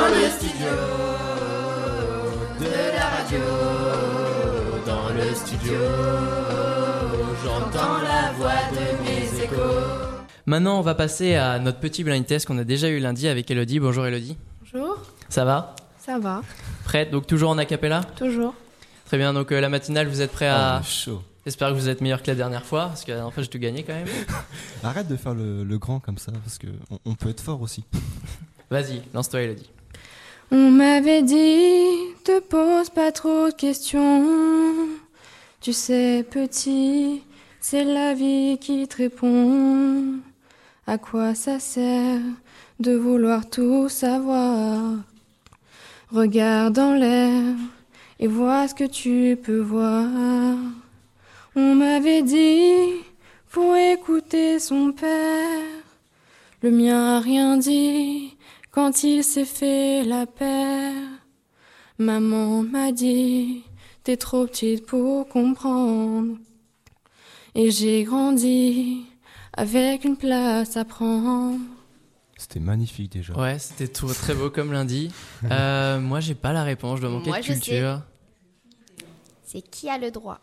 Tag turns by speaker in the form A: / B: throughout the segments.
A: radio, de la radio, dans le studio, j'entends la voix de mes échos.
B: Maintenant, on va passer à notre petit blind test qu'on a déjà eu lundi avec Elodie. Bonjour Elodie.
C: Bonjour,
B: Ça va
C: ça va,
B: Prête Donc toujours en acapella
C: toujours.
B: Très bien, donc euh, la matinale, vous êtes prêts
D: Ah,
B: à...
D: on est chaud.
B: J'espère que vous êtes meilleur que la dernière fois, parce que la dernière fois, j'ai tout gagné quand même.
D: Arrête de faire le, le grand comme ça, parce que on, on peut être fort aussi.
B: Vas-y, lance-toi Elodie.
C: On m'avait dit, te pose pas trop de questions. Tu sais, petit, c'est la vie qui te répond. À quoi ça sert de vouloir tout savoir Regarde dans l'air et vois ce que tu peux voir. On m'avait dit, faut écouter son père. Le mien a rien dit quand il s'est fait la paire. Maman m'a dit, t'es trop petite pour comprendre. Et j'ai grandi avec une place à prendre.
D: C'était magnifique déjà.
B: Ouais, c'était tout très beau comme lundi. Euh, moi, j'ai pas la réponse, je dois manquer
E: Moi,
B: de
E: je sais.
B: culture.
E: C'est qui a le droit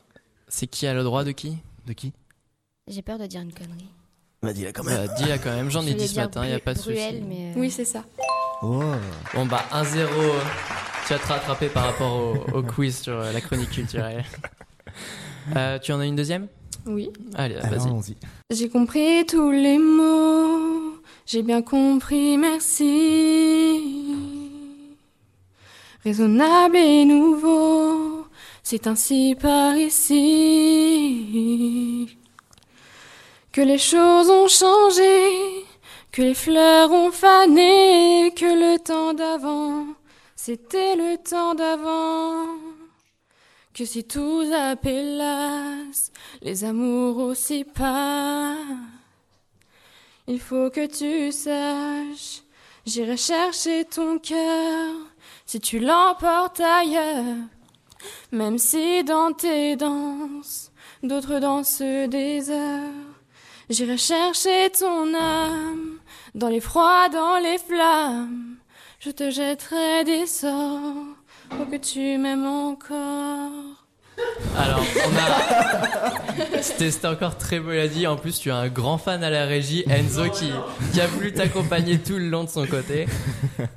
B: C'est qui a le droit de qui
D: De qui
E: J'ai peur de dire une connerie.
D: Vas-y, là quand
B: Bah, Dis-la quand même, j'en
E: Je
B: ai
E: vais
B: dit ce
E: dire
B: matin, y a
E: Bru-
B: pas de souci.
E: Bruel, mais euh,
C: Oui, c'est ça.
D: Oh,
B: Bon bah 1-0, euh, tu vas te rattraper par rapport au, au quiz sur euh, la chronique culturelle. Euh, tu en as une deuxième
C: Oui.
B: Allez,
D: alors,
B: ah, vas-y.
D: allons-y.
C: J'ai compris tous les mots, j'ai bien compris, merci. Raisonnable et nouveau, c'est ainsi par ici que les choses ont changé, que les fleurs ont fané, que le temps d'avant, c'était le temps d'avant. Que si tous appellassent les amours aussi pas. Il faut que tu saches, j'irai chercher ton cœur si tu l'emportes ailleurs. Même si dans tes danses, d'autres dansent des heures, j'irai chercher ton âme dans les froids, dans les flammes. Je te jetterai des sorts pour que tu m'aimes encore.
B: Alors, on a... C'était c'était encore très beau, l'a dit. En plus, tu as un grand fan à la régie, Enzo, qui, qui a voulu t'accompagner tout le long de son côté.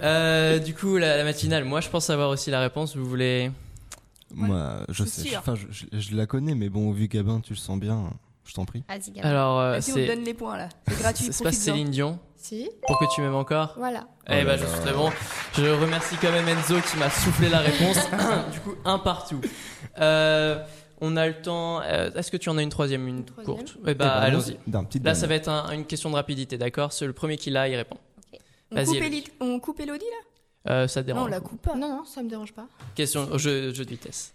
B: Euh, du coup, la, la matinale, moi je pense avoir aussi la réponse. Vous voulez...
D: Moi, je
F: C'est
D: sais.
F: sûr.
D: Enfin, je, je- je la connais, mais bon, vu Gabin, tu le sens bien, je t'en prie.
E: vas-y, Gab.
B: Alors, euh,
F: Vas-y, on te
B: c'est...
F: donne les points là. C'est gratuit.
B: C'est pas
F: profite-en.
B: Céline Dion
C: Si,
B: Pour que tu m'aimes encore
C: voilà.
B: Eh
D: Oh
B: ben,
D: là
B: je suis
D: là.
B: très bon. Je remercie quand même Enzo qui m'a soufflé la réponse. du coup, un partout. Euh, on a le temps. euh, Est-ce que tu en as une troisième, une
C: troisième.
B: courte Eh ben,
D: Eh ben,
B: allons-y.
D: D'un petit.
B: Là, ça va être un- une question de rapidité, d'accord C'est le premier qui l'a, il répond.
F: On
B: Vas-y,
F: coupe,
B: Elodie.
F: Éli- on coupe Elodie là
B: Euh, ça te dérange.
F: Non, on la coupe pas.
C: Non, non, ça me dérange pas.
B: Question au jeu, jeu de vitesse.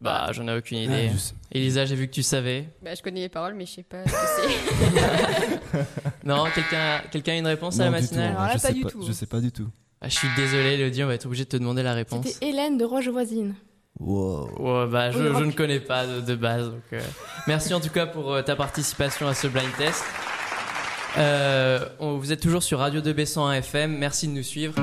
B: Bah, j'en ai aucune idée.
D: Ah, je sais.
B: Elisa, j'ai vu que tu savais.
E: Bah, je connais les paroles, mais je sais pas ce que c'est.
B: Non, quelqu'un a- quelqu'un a une réponse à
D: Non,
B: la
D: du tout,
B: matinale
F: Alors là,
D: je
F: pas
D: sais
F: du tout.
D: Je sais pas du tout.
B: Ah, Je suis désolé, Elodie, on va être obligé de te demander la réponse.
C: C'était Hélène de Roche-Voisine.
D: Wow.
B: Ouais, bah, je,
C: On le
B: je ne
C: rappelle.
B: connais pas de, de base. donc, euh, Merci en tout cas pour euh, ta participation à ce blind test. Euh, on- vous êtes toujours sur Radio 2B101 FM. Merci de nous suivre.